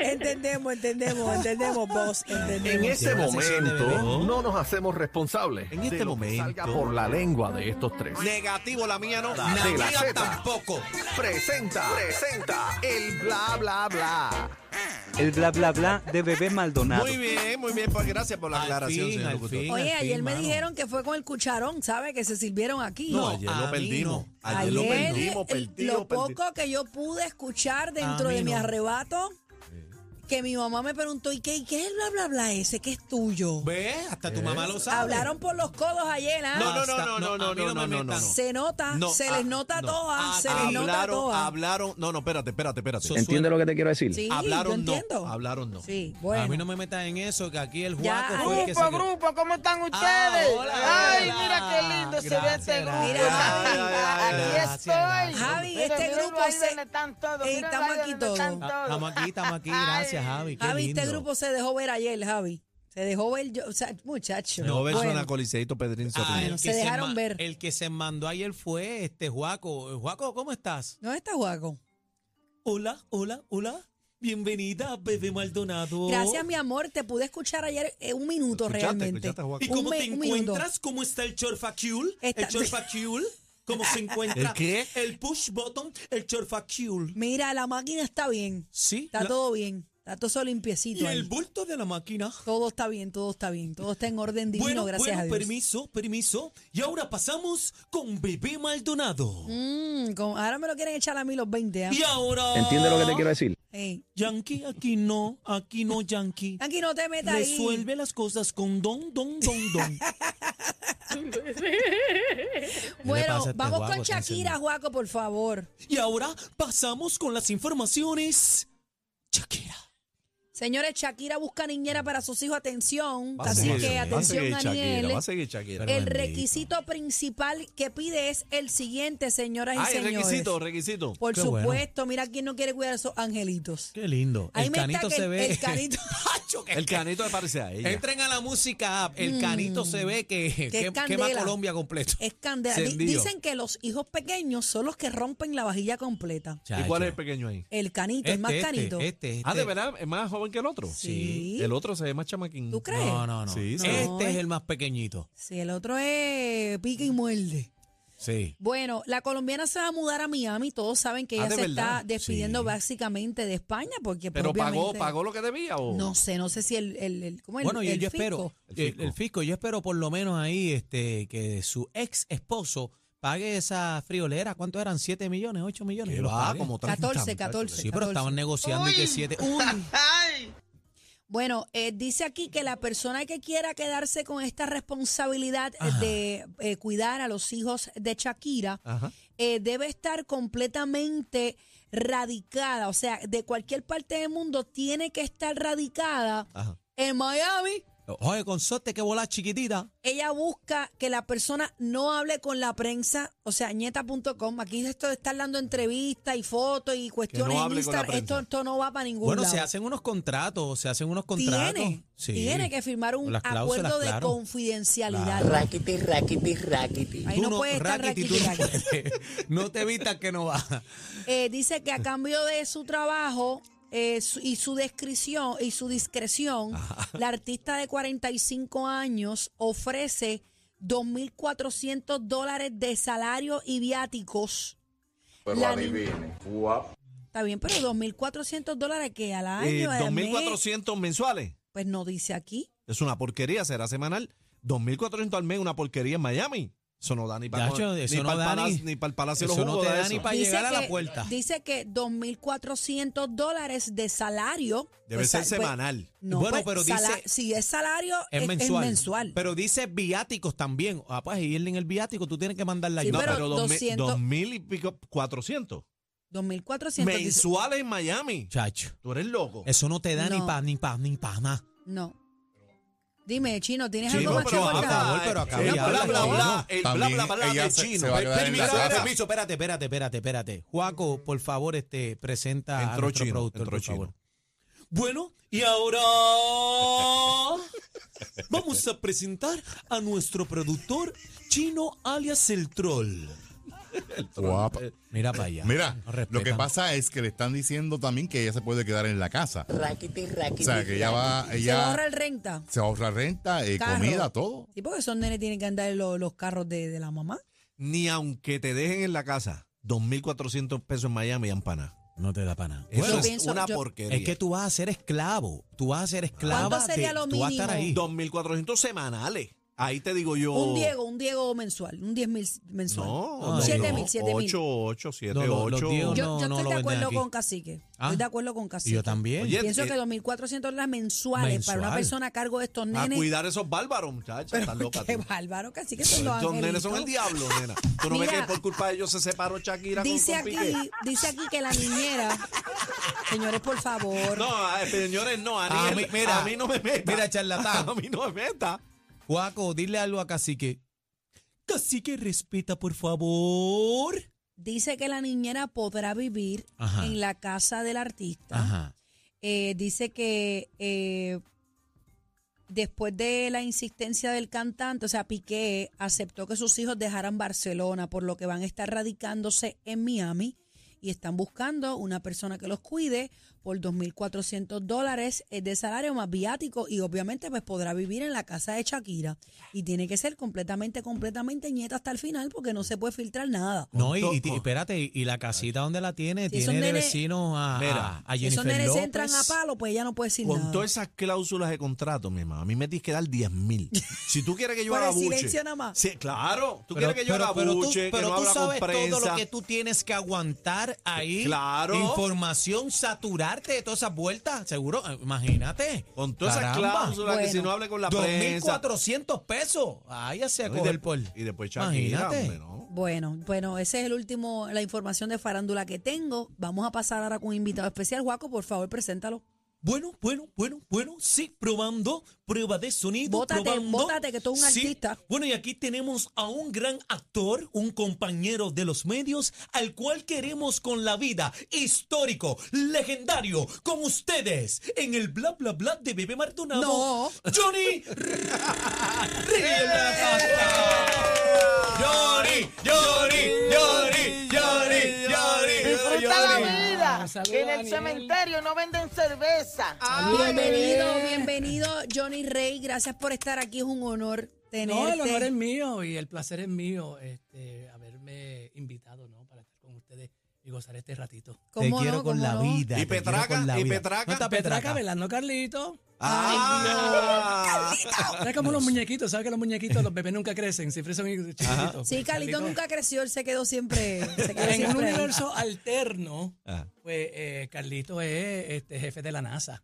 Entendemos, entendemos, entendemos, vos. En Entendemos. este una sección de momento bebé. no nos hacemos responsables En de este lo que salga momento. por la lengua de estos tres. Negativo, la mía no. La de la mía Z. tampoco. Presenta, presenta el bla bla bla. El bla bla bla de bebé Maldonado. Muy bien, muy bien. Pues gracias por la Al aclaración, fin, señor al locutor. fin. Oye, al ayer me mano. dijeron que fue con el cucharón, ¿sabe? Que se sirvieron aquí. No, No, ayer a lo mí perdimos. no. Ayer lo Ayer, perdimos, Ah, eh, perdimos, lo perdimos. poco que yo pude escuchar dentro A mí de mi no. arrebato, que mi mamá me preguntó, ¿y qué, y qué es el bla, bla, bla ese? ¿Qué es tuyo? Ve, hasta tu mamá lo sabe. Hablaron por los codos ayer, ¿ah? No, no, Basta. no, no, no, a mí no, me no, no, metan. no. Se nota, No, se les ah, nota no. todas, Ah, se les nota hablaron, todas. hablaron. No, no, espérate, espérate, espérate. Eso ¿Entiende suena- lo que te quiero decir? Sí, yo hablaron no, entiendo. hablaron no. Sí, bueno. A mí no me metas en eso, que aquí el Ya, Juaco fue el ayer- que Grupo, se quedó. grupo, ¿cómo están ustedes? Ah, hola, Ay, hola. mira qué lindo se ve Gracias, este grupo. gracias. Javi. Ay, ay, ay, aquí gracias, estoy. gracias. Javi, Mira, este míralo grupo ahí se- donde están todos, Ey, míralo estamos ahí aquí donde todos. están Ah, Estamos aquí, estamos aquí. Gracias, Javi. Qué Javi, lindo. este grupo se dejó ver ayer, Javi. Se dejó ver, yo, o sea, muchacho. No ves Bueno, una coliseíto Pedrín Ah, Sotelo. el Se que dejaron ma- ver. El que se mandó ayer fue este Juaco. Eh, Juaco, ¿cómo estás? ¿Dónde está Juaco? Hola, hola, hola. Bienvenida, bebé Maldonado. Gracias, mi amor. Te pude escuchar ayer eh, un minuto ¿Escuchaste? realmente. ¿Escuchaste a Juaco? ¿Y cómo Un te me- un minuto. encuentras? ¿Cómo está el chorfacule? Está- El chorfacule. ¿Cómo se encuentra? ¿El qué? El push button, el chorfacule. Mira, la máquina está bien. Sí. Está la- todo bien. Está todo eso y limpiecito. ahí. el bulto de la máquina. Todo está bien, todo está bien. Todo está en orden divino, bueno, gracias bueno, a Dios. permiso, permiso. Y ahora pasamos con Bebé Maldonado. Mm, con- ahora me lo quieren echar a mí los 20. ¿ah? Y ahora. ¿Entiende lo que te quiero decir? Ey, Yankee, aquí no, aquí no, Yankee. Aquí no te metas ahí. Resuelve las cosas con don, don, don, don. Bueno, pasa a este vamos guapo, con está Shakira, encendido? Juaco, por favor. y ahora pasamos con las informaciones. Shakira. Señores, Shakira busca niñera para sus hijos. Atención. Va a Así seguir, que va a atención, seguir Shakira, Daniel. Va a seguir Shakira. El requisito principal que pide es el siguiente, señoras y Ay, señores. Ah, requisito, requisito. Por Qué bueno. supuesto, mira quién no quiere cuidar a esos angelitos. Qué lindo. Ahí el me está canito que se el- ve. el canito- Acho, que- El canito me parece a ella. Entren a la música app. El canito se ve que, que- quema Mm. candela. Colombia completo. Es candela. Di- Encendido. Dicen que los hijos pequeños son los que rompen la vajilla completa. ¿Y cuál es el pequeño ahí? Este, El canito, el más canito. Este, este, Ah, de verdad, es más joven que el otro. Sí. El otro se ve más chamaquín. ¿Tú crees? No, no, no. Sí, sí. No, Este eh. es el más pequeñito. Si el otro es pica y muerde. Sí. Bueno, la colombiana se va a mudar a Miami. Todos saben que Ah, ella ¿de se está verdad? despidiendo Sí. básicamente de España porque pues, Pero pagó, obviamente- pagó lo que debía o No sé, no sé si el... el, el- ¿cómo es? Bueno, yo, El yo fisco. espero, El el el fisco. fisco. yo espero por lo menos ahí este que su ex esposo pague esa friolera. ¿Cuánto eran? ¿7 millones? ¿8 millones? Que Los va, pague. como 30, 14, muchacho. 14. Sí, pero estaban negociando y que 7. Ay, Bueno, eh, dice aquí que la persona que quiera quedarse con esta responsabilidad eh, Ajá. de eh, cuidar a los hijos de Shakira Ajá. eh, debe estar completamente radicada, o sea, de cualquier parte del mundo tiene que estar radicada Ajá. en Miami. Oye, con sorte que bola chiquitita. Ella busca que la persona no hable con la prensa, o sea, ñeta.com. Aquí esto de estar dando entrevistas y fotos y cuestiones en hable con la Instagram, esto, prensa. esto no va para ningún Bueno, lado. se hacen unos contratos, se hacen unos contratos. tiene, Sí. tiene que firmar un Las cláusulas, acuerdo de claro. confidencialidad. Rackety, rackety, rackety. Ahí Tú no, puede estar raquiti, tú raquiti, no, raquiti. puedes. No te evitas que no va. Eh, dice que a cambio de su trabajo eh, su- y su descripción y su discreción, la artista de 45 años ofrece 2.400 dólares de salario y viáticos. La ni- Está bien, pero 2.400 dólares que al Eh, año. al mes, 2.400 mensuales. pues no dice aquí. Es una porquería, será semanal. 2.400 al mes, una porquería en Miami. Eso no da ni para Yacho, eso no da ni- ni para el Palacio de eso los no Jugos te da da eso. ni Para llegar a la puerta. Dice que 2.400 dólares de salario. Debe pues, ser pues, semanal. no, Bueno, pues, pero dice- sala- Si es salario, Es, mensual. Es mensual. Pero dice viáticos también. Ah, pues y en el viático tú tienes que mandar la Sí, No, ayuda. pero pero 2.000 200 2.000 y pico, 400. 2.400. dice- mensuales en Miami. Chacho, Tú eres loco. eso no te da ni No. pa, ni pa, ni pa, nada. No. Dime, Chino, ¿tienes Chino, algo más pero que habla, aportar? por favor, pero acá el habla, eh, bla, bla, chino. bla, el bla, También bla, bla ella de se- chino. se va a quedar en Permiso, la casa. permiso, Permiso, espérate, espérate, espérate, espérate. Juaco, por favor, este, presenta a Entró nuestro chino, productor, entró por chino. favor. Bueno, y ahora vamos a presentar a nuestro productor chino alias el troll. Guapa. Mira para allá. Mira, eh, No lo que respetan. pasa es que le están diciendo también que ella se puede quedar en la casa. raquiti, O raquiti. sea, que ella va, Se ahorra ella el renta. se ahorra renta, eh, Carro. comida, todo. Sí, porque esos nenes tienen que andar en lo- los carros de, de la mamá. Ni aunque te dejen en la casa, 2.400 pesos en Miami, ampana. No te da pana. Eso Bueno, es pienso- una yo- porquería. es que tú vas a ser esclavo. Tú vas a ser esclava. ¿Cuánto sería de- lo Tú vas a estar mínimo? ahí. 2.400 semanales. Ahí te digo yo. Un Diego, un Diego mensual, un 10 mil mensual. No, Ay, siete no. mil, siete mil. 8, 8, 7, No, lo- los 8. Diego Yo, no, yo no estoy lo de venden acuerdo aquí. con Cacique. Ah. Estoy de acuerdo con Cacique. Y yo también. Oye, Pienso Eh, que 2.400 dólares mensuales para una mensual. persona a cargo de estos A nenes. cuidar esos bárbaros, muchachos. Estás loca. Qué tú. bárbaro, Cacique, son los Esos nenes son el angelitos. diablo, nena. Tú no ves Mira, que por culpa de ellos se separó Shakira con- Dice con, Piqué? aquí, dice aquí que la niñera, señores, por favor, No, a- señores, no. A A, mí- mí, mira, a mí no me meta. mira, charlatán. A mí no me meta. Juaco, dile algo a Cacique. Cacique, respeta, por favor. dice que la niñera podrá vivir Ajá. en la casa del artista. Ajá. Eh, dice que eh, después de la insistencia del cantante, o sea, Piqué aceptó que sus hijos dejaran Barcelona, por lo que van a estar radicándose en Miami y están buscando una persona que los cuide por 2.400 dólares eh, de salario más viático y obviamente pues podrá vivir en la casa de Shakira y tiene que ser completamente, completamente nieta hasta el final porque no se puede filtrar nada. No, y, y- Con- espérate, y, y la casita donde la tiene, Si esos tiene de nenes- vecinos a, Mira, a, a Si esos Jennifer nenes López. entran a palo, pues ella no puede decir Con nada. todas esas cláusulas de contrato, mi mamá, a mí me tienes que dar 10 mil. Si tú quieres que yo Por haga el buche. silencio nada más. Sí, claro. Tú Pero- quieres que yo pero- haga pero tú- buche, que no pero tú habla con sabes todo lo prensa. que tú tienes que aguantar ahí. Claro. Información, saturarte de todas esas vueltas, seguro. eh, Imagínate. Con todas esas Caramba. cláusulas que si Bueno. no hable con la prensa. 2.400 pesos. Ahí ya se No, y coge de- el por. Y después Shakira, Imagínate. hombre, ¿no? Bueno, bueno, esa es el último, la información de farándula que tengo. Vamos a pasar ahora con un invitado especial. Juaco, por favor, preséntalo. Bueno, bueno, bueno, bueno, sí, probando, prueba de sonido, Bótate, probando. bótate, que tú eres un Sí. artista. Bueno, y aquí tenemos a un gran actor, un compañero de los medios, al cual queremos con la vida, histórico, legendario, con ustedes, en el bla bla bla de Bebé Maldonado, Johnny Johnny, Johnny, Johnny, Johnny, Johnny. Disfruta la vida. Que en el cementerio no venden cerveza. bienvenido, bienvenido, Johnny Rey. Gracias por estar aquí. Es un honor tenerte. No, el honor es mío y el placer es mío este, haberme invitado ¿no? para estar con ustedes y gozar este ratito. Te ¿Cómo quiero no? con ¿Cómo la no? vida. Y te quiero Petraca, con la y vida. Petraca. ¿No está Petraca, Petraca? velando Carlito. Ah. Es como los muñequitos, ¿sabes que los muñequitos, los bebés nunca crecen? Siempre son chiquitos. Sí, Carlito nunca creció, él se quedó siempre. Se quedó En un siempre ahí. universo alterno, Ah. pues eh, Carlito es este, jefe de la NASA.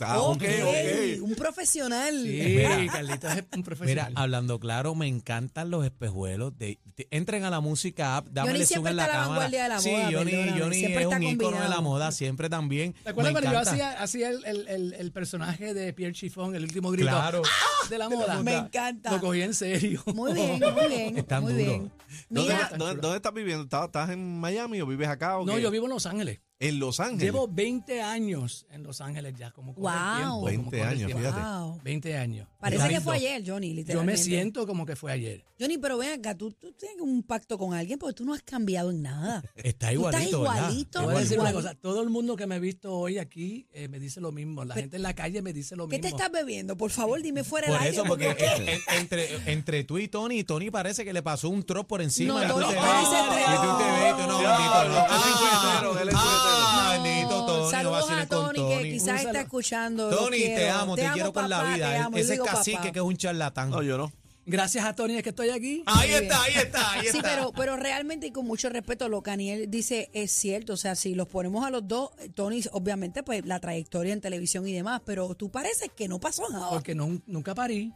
Ah, ok, Ey, ok. Un profesional. Sí, Mira. Carlito es un Mira, profesional. hablando claro, me encantan los espejuelos. De, te- entren a la música app, dámele zoom siempre en la está a la cámara. vanguardia de la sí, moda, Johnny, perdóname, Johnny siempre es está un ícono de la combinado. moda, siempre también. ¿Te acuerdas Me cuando yo encanta. hacía, hacía el, el- el- el personaje de Pierre Chiffon, el último grito ¡Ah! Claro. de la moda? Me encanta. Lo cogí en serio. Muy bien, muy bien. Están muy duros. bien. ¿Dónde, Mira, dónde- dónde estás viviendo? ¿Estás, estás en Miami o vives acá? o No, qué? yo vivo en Los Ángeles. en Los Ángeles. Llevo 20 años en Los Ángeles ya, como corre el Wow. tiempo, como 20 corre el años, tiempo. fíjate. wow. 20 años. Parece que Carlito, fue ayer, Johnny, Yo me literalmente. siento como que fue ayer. Johnny, pero ven acá, tú, tú tienes un pacto con alguien porque tú no has cambiado en nada. Está Tú estás igualito, ¿verdad? igualito, Te voy a Igual. decir una Igual. cosa. Todo el mundo que me ha visto hoy aquí eh, me dice lo mismo. La gente en la calle me dice lo ¿Qué mismo. te estás bebiendo? Por favor, dime fuera del Por aire. eso, porque este, porque- en- en- entre, entre tú y Tony, Tony parece que le pasó un trop por encima. No, y tú Tony te está ves, desesperado. y tú te ves, y tú no, Diablo, bendito, no. él es cuentero, él es Ah, No, maldito Tony, no saludos vaciles a con Tony, que quizás está escuchando. lo Tony, te quiero. amo, te, quiero con papá, la te vida. amo. Yo Ese digo, cacique papá. que es un charlatán. No, yo no. Gracias a Tony es que estoy aquí. Ahí está, ahí está, ahí Sí, está. pero, pero realmente y con mucho respeto, lo que Aniel dice es cierto. O sea, si los ponemos a los dos, eh, Tony, obviamente, pues la trayectoria en televisión y demás, pero tú pareces que no pasó nada. Porque no- nunca parí.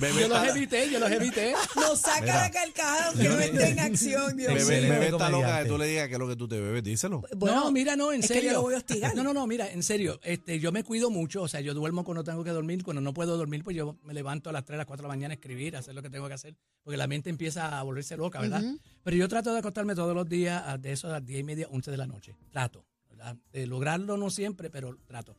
Bebé, Yo los está- evité, yo los evité. Nos saca la carcajada aunque no esté en acción, Dios bebé- mío. Excelente bebé está loca que comediante. tú le digas que es lo que tú te bebes. Díselo. Bueno, no, mira, no, en es que serio. yo lo voy a hostigar. No, no, no, mira, en serio. Este, yo me cuido mucho, o sea, yo duermo cuando tengo que dormir, cuando no puedo dormir, pues yo me levanto a las 3, a las 4 de la mañana a escribir, a hacer lo que tengo que hacer, porque la mente empieza a volverse loca, ¿verdad? Pero yo trato de acostarme todos los días a- de eso a las 10 y media, 11 de la noche. Trato, ¿verdad? De lograrlo no siempre, pero trato.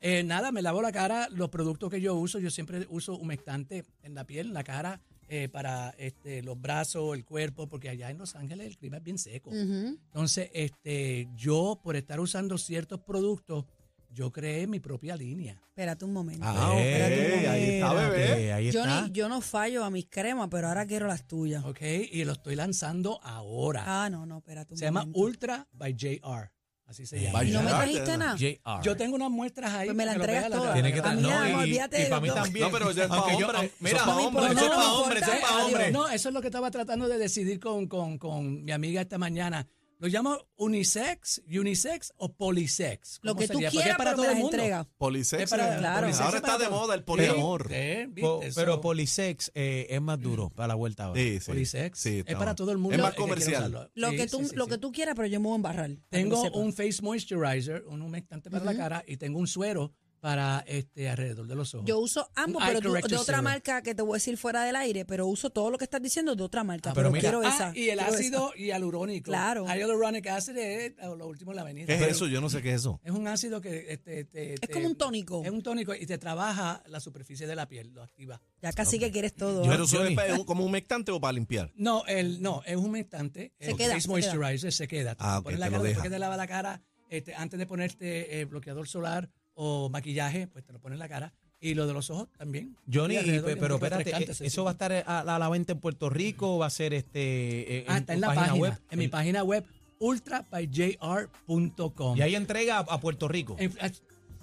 Eh, nada, me lavo la cara, los productos que yo uso, yo siempre uso humectante en la piel, en la cara, eh, para este, los brazos, el cuerpo, porque allá en Los Ángeles el clima es bien seco. Ujú. Entonces, este, yo por estar usando ciertos productos, yo creé mi propia línea. Espérate un momento. Ah, Espérate un eh, momento. ahí está, bebé. Ahí Yo, está. ni- yo no fallo a mis cremas, pero ahora quiero las tuyas. ¿Ok? Y lo estoy lanzando ahora. Ah, no, no, espérate un se llama momento. Ultra by JR. Así se llama. By ¿No me Ultra. trajiste nada? JR. Yo tengo unas muestras ahí. Pues me la para que lo entregas veas, la- toda. Tiene que A mí estar- nada, no, y, olvídate de para mí los dos. también. No, pero eso es pa' Aunque yo- hombre. Mira, Eso es pa' hombre, hombre. eso es No, pa' no, hombre, eso es corta, pa' adiós. hombre. No, eso es lo que estaba tratando de decidir con, con- con mi amiga esta mañana. ¿Lo llamo unisex, unisex o polisex? Lo ¿Cómo que tú sería? Porque quieras, es para pero todo me el las mundo. entregas. Polisex. Es para- claro. Ahora polisex es está para de todo. moda el poliamor. Sí, Eh, viste, Po- pero eso. Polisex eh, es más duro para la vuelta ahora. Sí, sí. Polisex. Sí, es está para mal. todo el mundo. Es más el que quiera comercial. usarlo. Lo, Sí, que tú, sí, sí, lo sí. que tú quieras, pero yo me voy a embarrar. para que Tengo sepa. un face moisturizer, un humectante para la cara, y tengo un suero para este alrededor de los ojos. Yo uso ambos, Un pero eye tú- de corrector otra serum. marca que te voy a decir fuera del aire, pero uso todo lo que estás diciendo de otra marca. Ah, pero pero mira, quiero Ah, esa. y el quiero ácido hialurónico. Claro. Hyaluronic acid es lo último en la avenida. ¿Qué es Pero eso? Yo no sé qué es eso. Es un ácido que este, te- te- como un tónico. Es un tónico y te trabaja la superficie de la piel, lo activa. esa. Ya casi que quieres todo. Pero eso Johnny. es pa- como un humectante o para limpiar. No, el, no, es un humectante. Se el queda, Face se Moisturizer se queda. Te Ah, lo ok, pones en la te lo cara después deja. que te lava la cara, este, antes de ponerte eh, bloqueador solar o maquillaje, pues te lo pones en la cara. Y lo de los ojos también. Johnny, Y alrededor pe- de un pero tipo de espérate, refrescante, eh, sí, ¿eso sí. va a estar a la, a la venta en Puerto Rico o va a ser este, eh, Ah, está tu en la página, web? en mi página web, ultrabyjr.com. Y hay entrega a, a Puerto Rico. En- ah,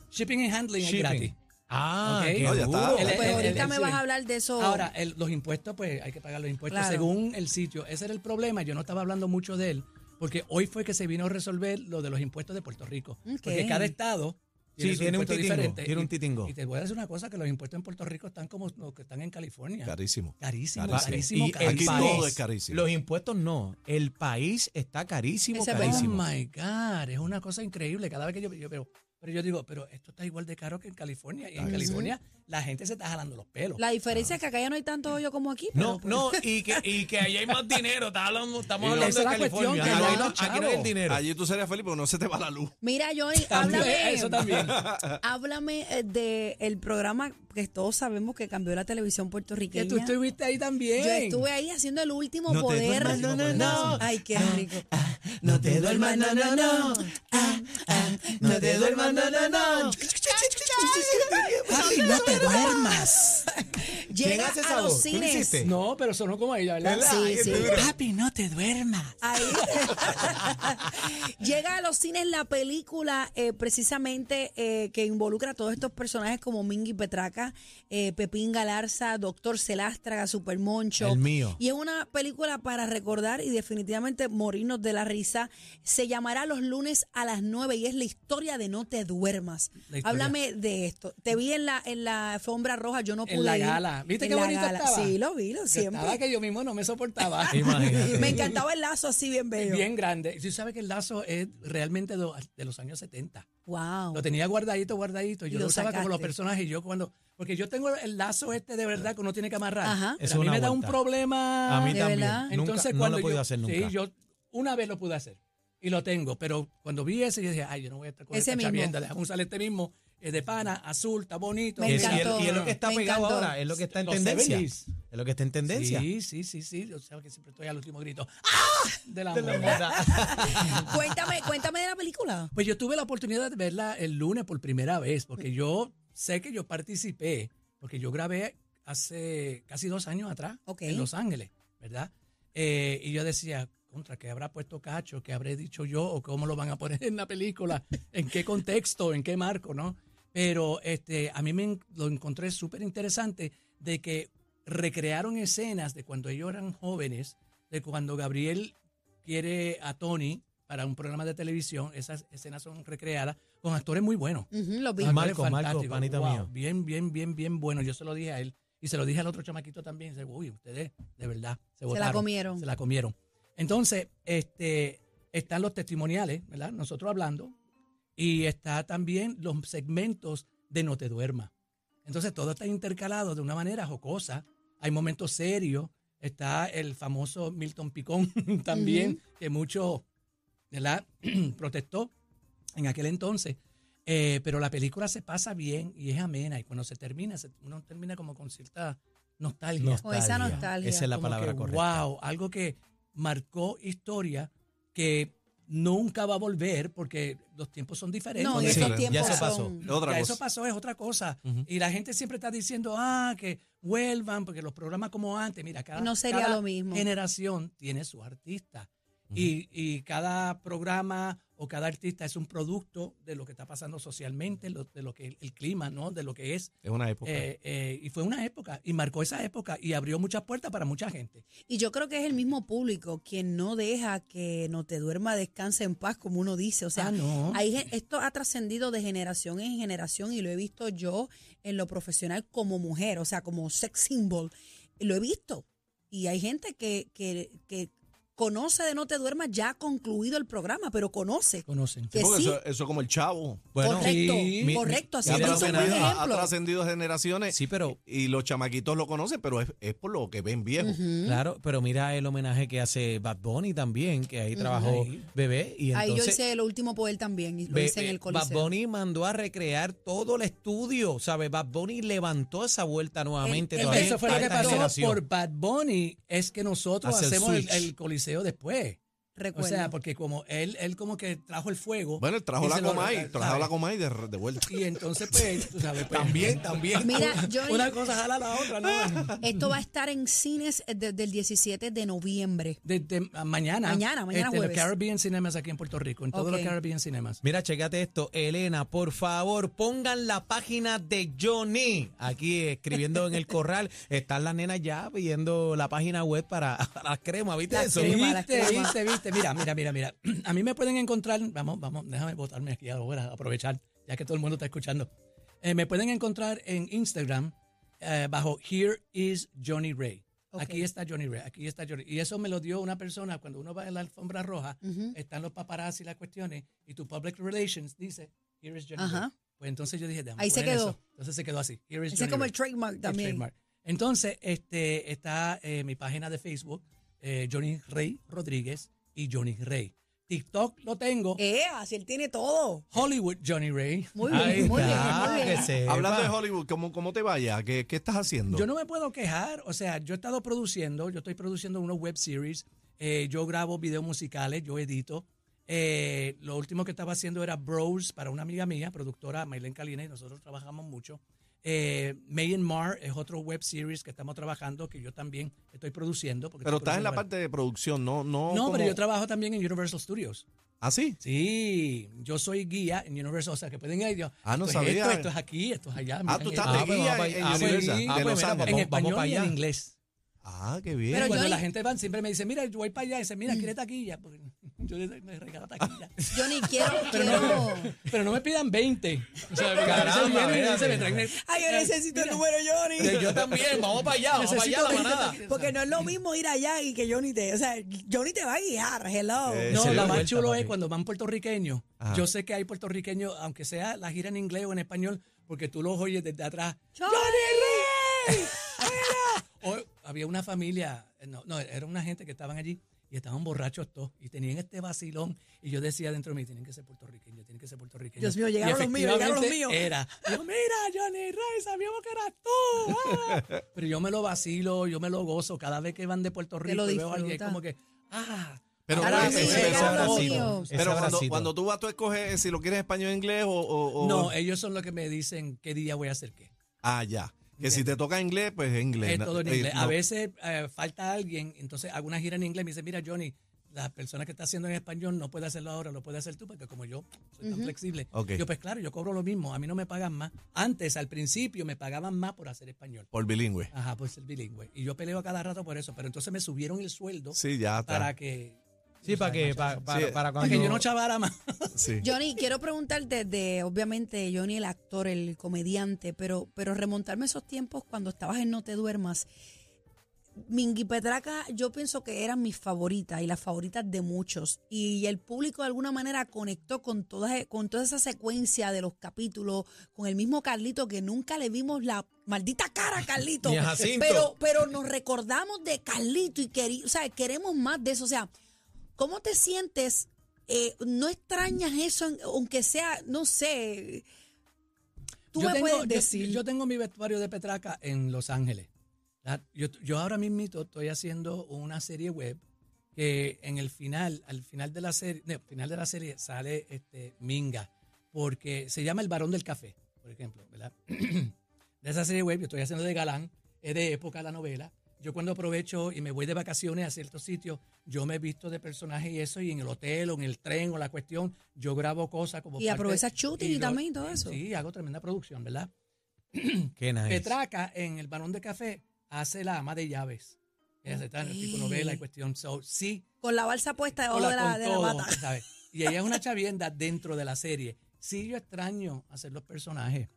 Shipping and handling Shipping. es gratis. Ah, Ok. qué No, ya está. duro. El- Pues el- ahorita el- me sí. vas a hablar de eso. Ahora, el- los impuestos, pues hay que pagar los impuestos Claro. según el sitio. Ese era el problema. Yo no estaba hablando mucho de él, porque hoy fue que se vino a resolver lo de los impuestos de Puerto Rico. Ok. Porque cada estado. Sí, su tiene un impuesto titingo, diferente. tiene un Y- titingo. Y, te voy a decir una cosa: que los impuestos en Puerto Rico están como los que están en California. Carísimo. Carísimo, Carísimo. carísimo, Y Aquí el carísimo. todo país, es carísimo. Los impuestos no. El país está carísimo, Ese carísimo. Oh my God, es una cosa increíble. Cada vez que yo, yo veo, pero yo digo, pero esto está igual de caro que en California. Ah, Y en California la gente se está jalando los pelos. la diferencia es que acá ya no hay tanto hoyo como aquí. No, pero- no, y que, y que allá hay más dinero. está hablando- estamos Y no- hablando Esa de es la cuestión, California. que Aquí allá hay no- más aquí no hay el chavo. dinero. Allí tú serías feliz porque no se te va la luz. Mira, Johnny, También, háblame. Eso también. Háblame eh, de el programa que todos sabemos que cambió la televisión Que puertorriqueña. tú estuviste ahí también. Yo estuve ahí haciendo el último No te poder. duermas, no, no, no. Ay, qué rico. No te duermas, no, no, no. Ah, ah, no te duermas, no, no, no. Papi, no te duermas. ¿Quién Llega hace a esa los voz? ¿Tú lo cines. hiciste? No, pero sonó como ella, ¿verdad? Ah, ¿Verdad? Sí, sí. Papi, no te duermas. Ahí. Llega a los cines la película eh, precisamente eh, que involucra a todos estos personajes como Mingy Petraca, eh, Pepín Galarza, Doctor Celástraga, Super Moncho. El mío. Y es una película para recordar y definitivamente morirnos de la risa. Se llamará Los lunes a las 9 y es la historia de No te duermas. La historia. Háblame de esto. Te vi en la en la alfombra roja, yo no pude En la ir. gala. ¿Viste En qué la bonito gala. estaba? Sí, lo vi, lo Que siempre. estaba que yo mismo no me soportaba. Imagínate. Me encantaba el lazo así bien bello. Bien grande. Y tú sabes que el lazo es realmente do- de los años 70. Wow. Lo tenía guardadito, guardadito. Yo Y lo lo, usaba sacaste. como los personajes. Yo cuando. Porque yo tengo el lazo este de verdad que uno tiene que amarrar. Ajá. Pero Es a mí una me da un vuelta. problema. A mí ¿De también. verdad? Nunca- Entonces, no cuando lo he podido yo- hacer nunca. Sí, yo una vez lo pude hacer y lo tengo, pero cuando vi ese, yo dije, ay, yo no voy a estar con Ese esta mismo. chavienda, déjame usar este mismo, es de pana, azul, está bonito. Me Y es- y es- encantó. y es lo que está me pegado encantó. ahora, es lo que está en Los tendencia. 70s. Es lo que está en tendencia. Sí, sí, sí, sí, yo sé que siempre estoy al último grito, ¡ah! De la, De la moda. moda. Cuéntame, cuéntame de la película. Pues yo tuve la oportunidad de verla el lunes por primera vez, porque yo sé que yo participé, porque yo grabé hace casi dos años atrás Ok. en Los Ángeles, ¿verdad? Eh, y yo decía, contra, ¿qué habrá puesto Cacho? ¿Qué habré dicho yo? ¿O cómo lo van a poner en la película? ¿En qué contexto? ¿En qué marco? ¿No? Pero este, a mí me en- lo encontré súper interesante de que recrearon escenas de cuando ellos eran jóvenes, de cuando Gabriel quiere a Tony para un programa de televisión, esas escenas son recreadas con actores muy buenos. Ujú, lo vi. Ah, actores Marco, Marco, fantásticos. panita Wow, mío. Bien, bien, bien, bien bueno. Yo se lo dije a él y se lo dije al otro chamaquito también. Dice, uy, ustedes de verdad se, la botaron, comieron. Se la comieron. Entonces, este, están los testimoniales, ¿verdad? Nosotros hablando y está también los segmentos de No te duermas. Entonces todo está intercalado de una manera jocosa. Hay momentos serios. Está el famoso Milton Picón también, que mucho ¿verdad? protestó en aquel entonces. Eh, pero la película se pasa bien y es amena. Y cuando se termina, se- uno termina como con cierta Nostalgia. Con esa nostalgia. Esa es la Como palabra que, correcta. Wow, algo que marcó historia que nunca va a volver porque los tiempos son diferentes. No, en Sí, esos ya tiempos se pasó. son- Otra Ya cosa. eso pasó, es otra cosa. Ujú. Y la gente siempre está diciendo, ah, que vuelvan, porque los programas como antes, mira, cada, No sería cada lo mismo. generación tiene su artista. y, y cada programa o cada artista es un producto de lo que está pasando socialmente, lo- de lo que el, el clima, ¿no? De lo que es. Es una época. Eh, eh, y fue una época, y marcó esa época, y abrió muchas puertas para mucha gente. Y yo creo que es el mismo público quien no deja que no te duerma, descanse en paz, como uno dice. O sea, Ah, no. hay gen- esto ha trascendido de generación en generación y lo he visto yo en lo profesional como mujer, o sea, como sex symbol. Lo he visto. Y hay gente que, que, que conoce de No Te Duermas, ya ha concluido el programa, pero conoce. Conocen. que Porque sí. eso, eso es como el chavo. Bueno, correcto, sí. Mi- correcto. Así mi- mi- que ha, pero eso es un trascendido, ha- ha ejemplo. trascendido generaciones sí, pero y los chamaquitos lo conocen, pero es, es por lo que ven viejo. Ujú. Claro, pero mira el homenaje que hace Bad Bunny también, que ahí trabajó Ahí. Bebé. Y Ahí yo entonces, hice lo último por él también, y lo Be- hice en eh, el Bad coliseo. Bunny mandó a recrear todo el estudio, ¿sabes? Bad Bunny levantó esa vuelta nuevamente. El- el- todavía Eso fue lo que esta pasó generación. por Bad Bunny, es que nosotros Hace el hacemos el, switch. el coliseo después. O Recuerdo. sea, porque como él, él como que trajo el fuego. Bueno, él trajo y la se lo- Comay, trajo ¿sabes? la Comay de, de vuelta. Y entonces, pues, tú sabes, pues, también. Mira, yo Ah. Una cosa jala a la otra, ¿no? Esto va a estar en cines eh, desde el 17 de noviembre. Desde mañana. Mañana, mañana este, jueves. Los Caribbean Cinemas aquí en Puerto Rico, en todos Ok. los Caribbean Cinemas. Mira, checate esto. Elena, por favor, pongan la página de Johnny. Aquí escribiendo en el corral. Están las nenas ya viendo la página web para para las cremas, ¿viste Las eso? cremas. Viste, mala viste, esclava. viste, Mira, mira, mira, mira. A mí me pueden encontrar, vamos, vamos, déjame botarme aquí ahora, aprovechar, ya que todo el mundo está escuchando. Eh, me pueden encontrar en Instagram eh, bajo Here is Johnny Ray. Ok. Aquí está Johnny Ray, aquí está Johnny. Y eso me lo dio una persona cuando uno va en la alfombra roja, Ujú. están los paparazzi y las cuestiones, y tu public relations dice, Here is Johnny Ajá. Ray. Pues entonces yo dije, déjame Ahí se poner quedó. eso. Entonces se quedó así. Here is Ese es Johnny como Ray. el trademark también. trademark. Entonces, este, está eh, mi página de Facebook, eh, Johnny Rey Rodríguez y Johnny Rey. TikTok lo tengo, Eh, así él tiene todo. Hollywood Johnny Rey. Muy bien, Ahí muy bien, está, muy bien. que sepa. Hablando de Hollywood, ¿cómo, cómo te vaya? ¿Qué, qué estás haciendo? Eh, Yo no me puedo quejar, o sea, yo he estado produciendo, yo estoy produciendo unos web series, eh, yo grabo videos musicales, yo edito. Eh, lo último que estaba haciendo era Bros para una amiga mía, productora Maylen Calina, y nosotros trabajamos mucho. Eh, May and Mar es otro web series que estamos trabajando, que yo también estoy produciendo. porque pero estoy estás en la produciendo parte de producción, no, no. No, pero como- yo trabajo también en Universal Studios. ¿Ah, sí? Sí, yo soy guía en Universal, o sea que pueden ir y yo. Ah, no esto es sabía. Esto, esto es aquí, esto es allá. Ah, miren tú esto. estás Ah, de pues guía vamos en, pa- ah, en pues, Universal, sí. de Ah, pues, Los Ángeles. mira, en vamos- vamos español para y en allá. inglés. Ah, qué bien. Pero Cuando Johnny- la gente va siempre me dice, mira, yo voy para allá, y dice, mira, ¿quiere taquilla? Porque yo le doy- me regalo taquilla. Johnny, quiero, Pero quiero. no, pero no me pidan 20. O sea, porque a veces Caramba, vienen y espérate. dicen, me traen el- Ay, yo eh, necesito el mira, número Johnny. Yo también, vamos para allá, vamos para Necesito allá la 20 manada. taquillas. Porque no es lo mismo ir allá y que Johnny te. O sea, Johnny te va a guiar. Hello. Eh, No, Se lo dio más vuelta, chulo papi. es cuando van puertorriqueños. Ajá. Yo sé que hay puertorriqueños, aunque sea la gira en inglés o en español, porque tú los oyes desde atrás. Johnny Ray. O había una familia, eh, no, no, era una gente que estaban allí y estaban borrachos todos y tenían este vacilón y yo decía dentro de mí, tienen que ser puertorriqueños, tienen que ser puertorriqueños. Dios mío, Y llegaron los míos, llegaron los efectivamente míos. Era. Y yo, mira, Johnny Ray, sabíamos que eras tú. ah". Pero yo me lo vacilo, yo me lo gozo cada vez que van de Puerto Te Rico lo y veo a alguien disfrutas. como que, ah. Pero ahora ese- sí, ese llegaron abrazo. los mío. Ese Pero cuando, abracito. cuando tú vas, tú escoges eh, si lo quieres español o inglés o. o- o- No, ellos son los que me dicen qué día voy a hacer qué. Ah, ya. Que si Entiendo. te toca inglés, pues es inglés. Es No- todo en eh, inglés. A no. veces eh, falta alguien, entonces hago una gira en inglés. Me dice, mira, Johnny, la persona que está haciendo en español no puede hacerlo ahora, lo puede hacer tú, porque como yo soy tan flexible. Ok. Yo, pues claro, yo cobro lo mismo. A mí no me pagan más. Antes, al principio, me pagaban más por hacer español. Por bilingüe. Ajá, por ser bilingüe. Y yo peleo a cada rato por eso. Pero entonces me subieron el sueldo Sí, ya está. para que. Sí, o sea, para que, macho, para, para, Sí. para para cuando... que yo no chavara más. Sí. Johnny, quiero preguntarte de, obviamente, Johnny el actor, el comediante, pero, pero remontarme a esos tiempos cuando estabas en No Te Duermas. Mingui Petraca, yo pienso que eran mis favoritas y las favoritas de muchos. Y el público de alguna manera conectó con toda, con toda esa secuencia de los capítulos, con el mismo Carlito, que nunca le vimos la maldita cara a Carlito. Ni a Jacinto. pero, pero nos recordamos de Carlito y queri- o sea, queremos más de eso. O sea, ¿Cómo te sientes? Eh, ¿No extrañas eso, en- aunque sea, no sé? Tú Yo me tengo- puedes yo- decir. Yo, tengo mi vestuario de Petraca en Los Ángeles. La- yo, yo ahora mismo estoy haciendo una serie web que en el final, al final de la serie, no, final de la serie sale este Minga, porque se llama El Varón del Café, por ejemplo, ¿verdad? de esa serie web, yo estoy haciendo de galán, es de época la novela. Yo cuando aprovecho y me voy de vacaciones a ciertos sitios, yo me he visto de personaje y eso, y en el hotel o en el tren o la cuestión, yo grabo cosas como... Y parte- aprovechas shooting y lo- también y todo eso. Sí, hago tremenda producción, ¿verdad? Qué nice. Petraca en el varón de café hace la ama de llaves. Ella se está en el tipo Ok. novela y cuestión. So, sí, Con la balsa puesta debajo hola, de la, con de la todo, bata. ¿sabes? Y ella es una chavienda dentro de la serie. Sí, yo extraño hacer los personajes.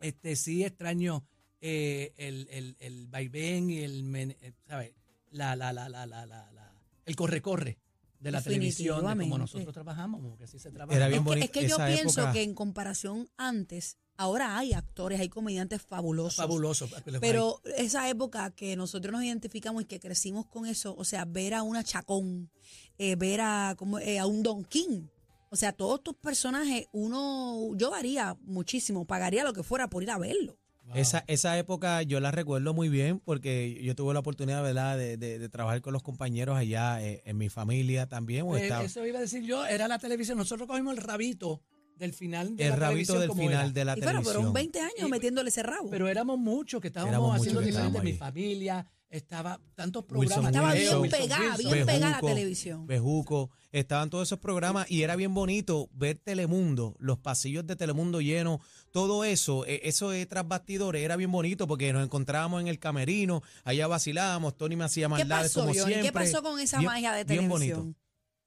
Este, sí extraño eh, el, el, el vaivén y el, men- eh, ¿sabes? La, la, la, la, la, la, la- el corre-corre de la televisión, de como Definitivamente. nosotros trabajamos, como que así se trabaja. Era Es bien que, bonito es que yo esa pienso época. que en comparación antes, ahora hay actores, hay comediantes fabulosos. fabuloso. Pero esa época que nosotros nos identificamos y que crecimos con eso, o sea, ver a una Chacón, eh, ver a, como, eh, a un Don King, o sea, todos estos personajes, uno, yo daría muchísimo, pagaría lo que fuera por ir a verlo. Wow. Esa, esa época yo la recuerdo muy bien porque yo tuve la oportunidad, ¿verdad?, de, de- de trabajar con los compañeros allá eh, en mi familia también. o Eh, estaba- eso iba a decir yo, era la televisión. Nosotros cogimos el rabito del final de el la rabito televisión del como final era. de la y bueno, televisión. pero un 20 años Y- metiéndole ese rabo. Pero éramos muchos que estábamos Éramos muchos haciendo que diferentes. estábamos Mi ahí. familia estaba, tantos Wilson programas. estaba Wilson, bien Wilson pegada, bien Bejuco. pegada la televisión. Bejuco, estaban todos esos programas y era bien bonito ver Telemundo, los pasillos de Telemundo llenos, todo eso, eh, eso de tras bastidores era bien bonito porque nos encontrábamos en el camerino, allá vacilábamos, Tony me hacía ¿Qué maldades pasó, como Johnny? siempre. ¿Qué pasó con esa Bien- magia de bien bonito. televisión?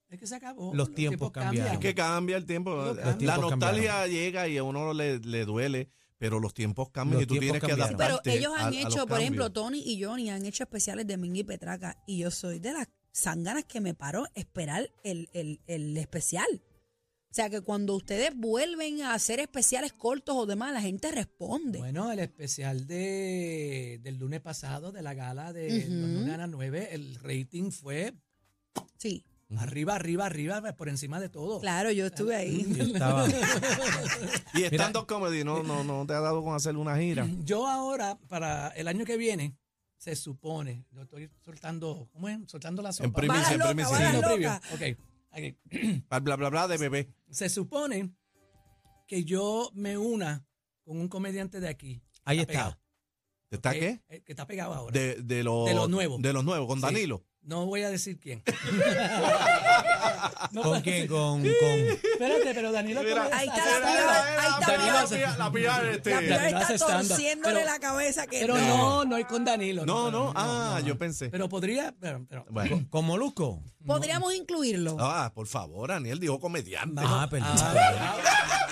Es que se acabó. Los tiempos cambiaron. Es que cambia el tiempo. ah, Los La tiempos nostalgia cambiaron. llega y a uno le, le duele, pero los tiempos cambian Los y tú tiempos tienes que cambiaron. Sí, pero adaptarte. ellos han a- a los hecho, por ejemplo, cambios. Tony y Johnny han hecho especiales de Mingy Petraca y yo soy de las zanganas que me paró esperar el, el- el especial. O sea que cuando ustedes vuelven a hacer especiales cortos o demás, la gente responde. Bueno, el especial de, del lunes pasado, de la gala de Ujú. los lunes a las 9, el rating fue Sí, arriba, arriba, arriba, por encima de todo. claro, yo estuve Yo ahí. estaba- Y estando comedy, no, no, no te ha dado con hacer una gira. Yo ahora, para el año que viene, se supone, yo estoy soltando, ¿cómo es? Soltando la sopa. primicia, Vaga en loca, primicia. vaga Sí, lo loca. previo. Ok, ok. Al bla, bla, bla de bebé. Se supone que yo me una con un comediante de aquí. Ahí pegado, ¿Está está. que- qué? eh, Que está pegado ahora. De, de, los, De los nuevos. De los nuevos, con Sí. Danilo. No voy a decir quién. No voy ¿Con a quién? decir- Con, con- Espérate, pero Danilo... Mira, ¿cómo Ahí está? está la Está piba, pegado. ahí está Danilo, pegado. la pilla- la pilla, este. La Danilo piba hace está stand-up, torciéndole pero- la cabeza que Pero no, no es con Danilo. No, no, pero ah, no. yo pensé. Pero podría... pero- pero- Bueno. con Molusco. podríamos incluirlo. Ah, por favor, Daniel dijo comediante. Ah, perdón.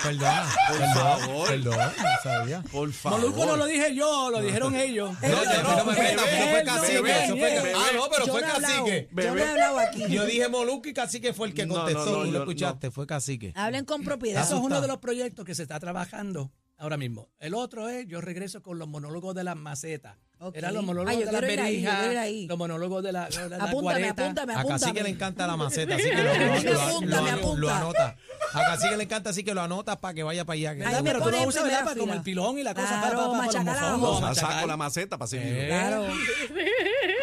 Perdona, Por perdón, favor. perdón, no sabía. Por favor. Molusco no lo dije yo, lo dijeron ellos. No, Ellos te- no, no me metas, ellos eso fue no, cacique, ellos eso fue cacique. Ah, no, pero Yo fue no he hablado, cacique. Yo no he hablado aquí. Yo dije Molusco y Cacique fue el que No, no, contestó. no, tú yo- lo escuchaste, fue Cacique. Hablen con propiedad. Eso es uno asustado. de los proyectos que se está trabajando ahora mismo. El otro es, yo regreso con los monólogos de las macetas. Ok. Eran los Ah, monólogos yo de las quiero ir ahí, yo quiero ir berijas, ahí. los monólogos de la, de la Apúntame, guareta. apúntame, A Cacique le apúntame. encanta la maceta, así que lo, lo- Me lo- apunta, lo- me lo- apunta. lo anota. A Cacique le encanta, así que lo anota para que vaya para allá. que Ay, le Ah, me gusta. pero tú pone lo en usas, ¿verdad? primera Para como fila. el pilón y la cosa. Claro, para, para, machacar los a mofongos, ojo. machacar. Saco la maceta para seguir. Eh. Claro.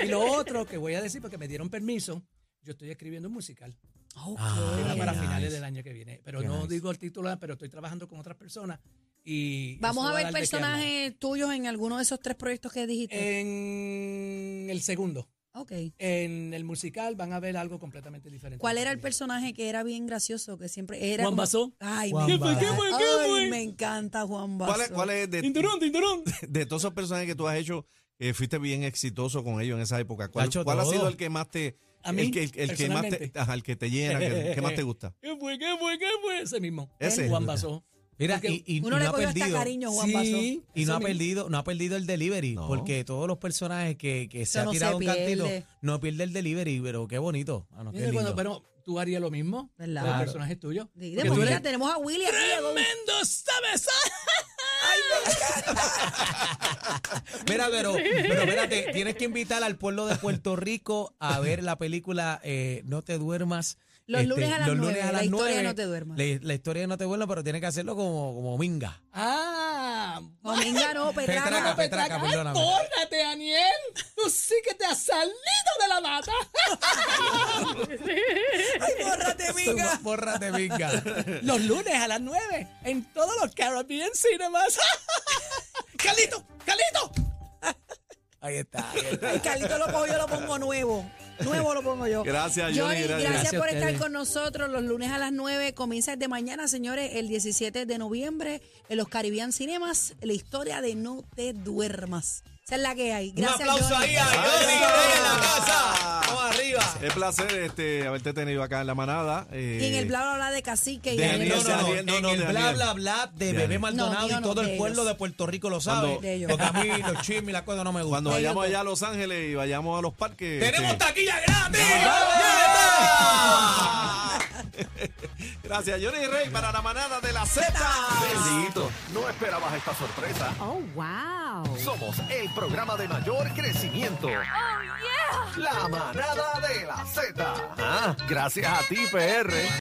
Y lo otro que voy a decir, porque me dieron permiso, yo estoy escribiendo un musical. Ok. Ah, Era qué para nice. finales del año que viene. Pero Qué no nice. digo el título, pero estoy trabajando con otras personas. y Vamos eso a va ver dar de qué hablar. personajes tuyos en alguno de esos tres proyectos que Eh, dijiste. En el segundo. ok. En el musical van a ver algo completamente diferente. ¿Cuál era el personaje que era bien gracioso? Que siempre era. Juan como- Basó. Ay, Juan me, Basó. encanta. ¿Qué fue, qué Ay, fue? me encanta Juan Basó. ¿Cuál es, cuál es de, Tinturón, tinturón. de todos esos personajes que tú has hecho, eh, fuiste bien exitoso con ellos en esa época? ¿Cuál, Tacho, cuál ha todo. sido el que más te... A mí, el que, el, el que más te, personalmente. ajá, el que te llena, que, que más te gusta. ¿Qué fue, qué fue, qué fue? Ese mismo. Ese. Juan Basó. Mira, Porque y, y- y Uno no le ha cogió hasta perdido. cariño, Juan Basó. Y Eso no ha mismo. perdido, no ha perdido el delivery, No. porque todos los personajes que, que se Eso ha no tirado se un cantito pierde. no pierde el delivery, pero qué bonito. Ah, no, qué Mira, cuando- lindo. pero tú harías lo mismo. ¿Verdad? Con el Claro. personaje tuyo. Sí, Porque de tú por eres mira, tenemos a Willy aquí. llegó un- tremendo, ¿sabes? Mira, pero, pero espérate, tienes que invitar al pueblo de Puerto Rico a ver la película eh, No te duermas. Este, Los lunes a las nueve, la historia de nueve. No te duermas. La, la historia de No te duermas, pero tienes que hacerlo como, como minga. Ah, pues Dominga no, Petraca. Petraca, Petraca, perdóname. ¡Córrate, Daniel! ¡Tú sí que te has salido de la mata! Ay, bórrate, Bórrate, minga. Bórrate, venga. Los lunes a las 9 en todos los Caribbean Cinemas. ¡Calito! ¡Calito! Ahí está. Ay, Carlito lo pongo yo lo pongo nuevo. Nuevo lo pongo yo. Gracias, Johnny, gracias, Gracias a por estar ustedes. con nosotros. Los lunes a las 9 comienza de mañana, señores, el 17 de noviembre en los Caribbean Cinemas, la historia de No te duermas. Esa es la que hay. Un Gracias, aplauso Johnny. ahí a Johnny Rey en la casa. Ah, Vamos arriba. Es placer este, haberte tenido acá en la manada. eh, Y en el bla bla bla de cacique y De de Daniel, No, no, no, Daniel, no, en no, el bla, Daniel. bla, bla de Bebé Daniel. Maldonado No, mío y no, todo el de pueblo ellos. de Puerto Rico lo sabe. De ellos. Porque a mí los chismes y las cosas no me gustan. Cuando vayamos allá a Los Ángeles y vayamos a los parques. ¡Tenemos este, taquilla gratis! Gracias, Johnny Rey, para la manada de la Z. Bendito. No esperabas esta sorpresa. Oh, wow. Somos el programa de mayor crecimiento. La manada de la Z. Ah, gracias a ti, PR.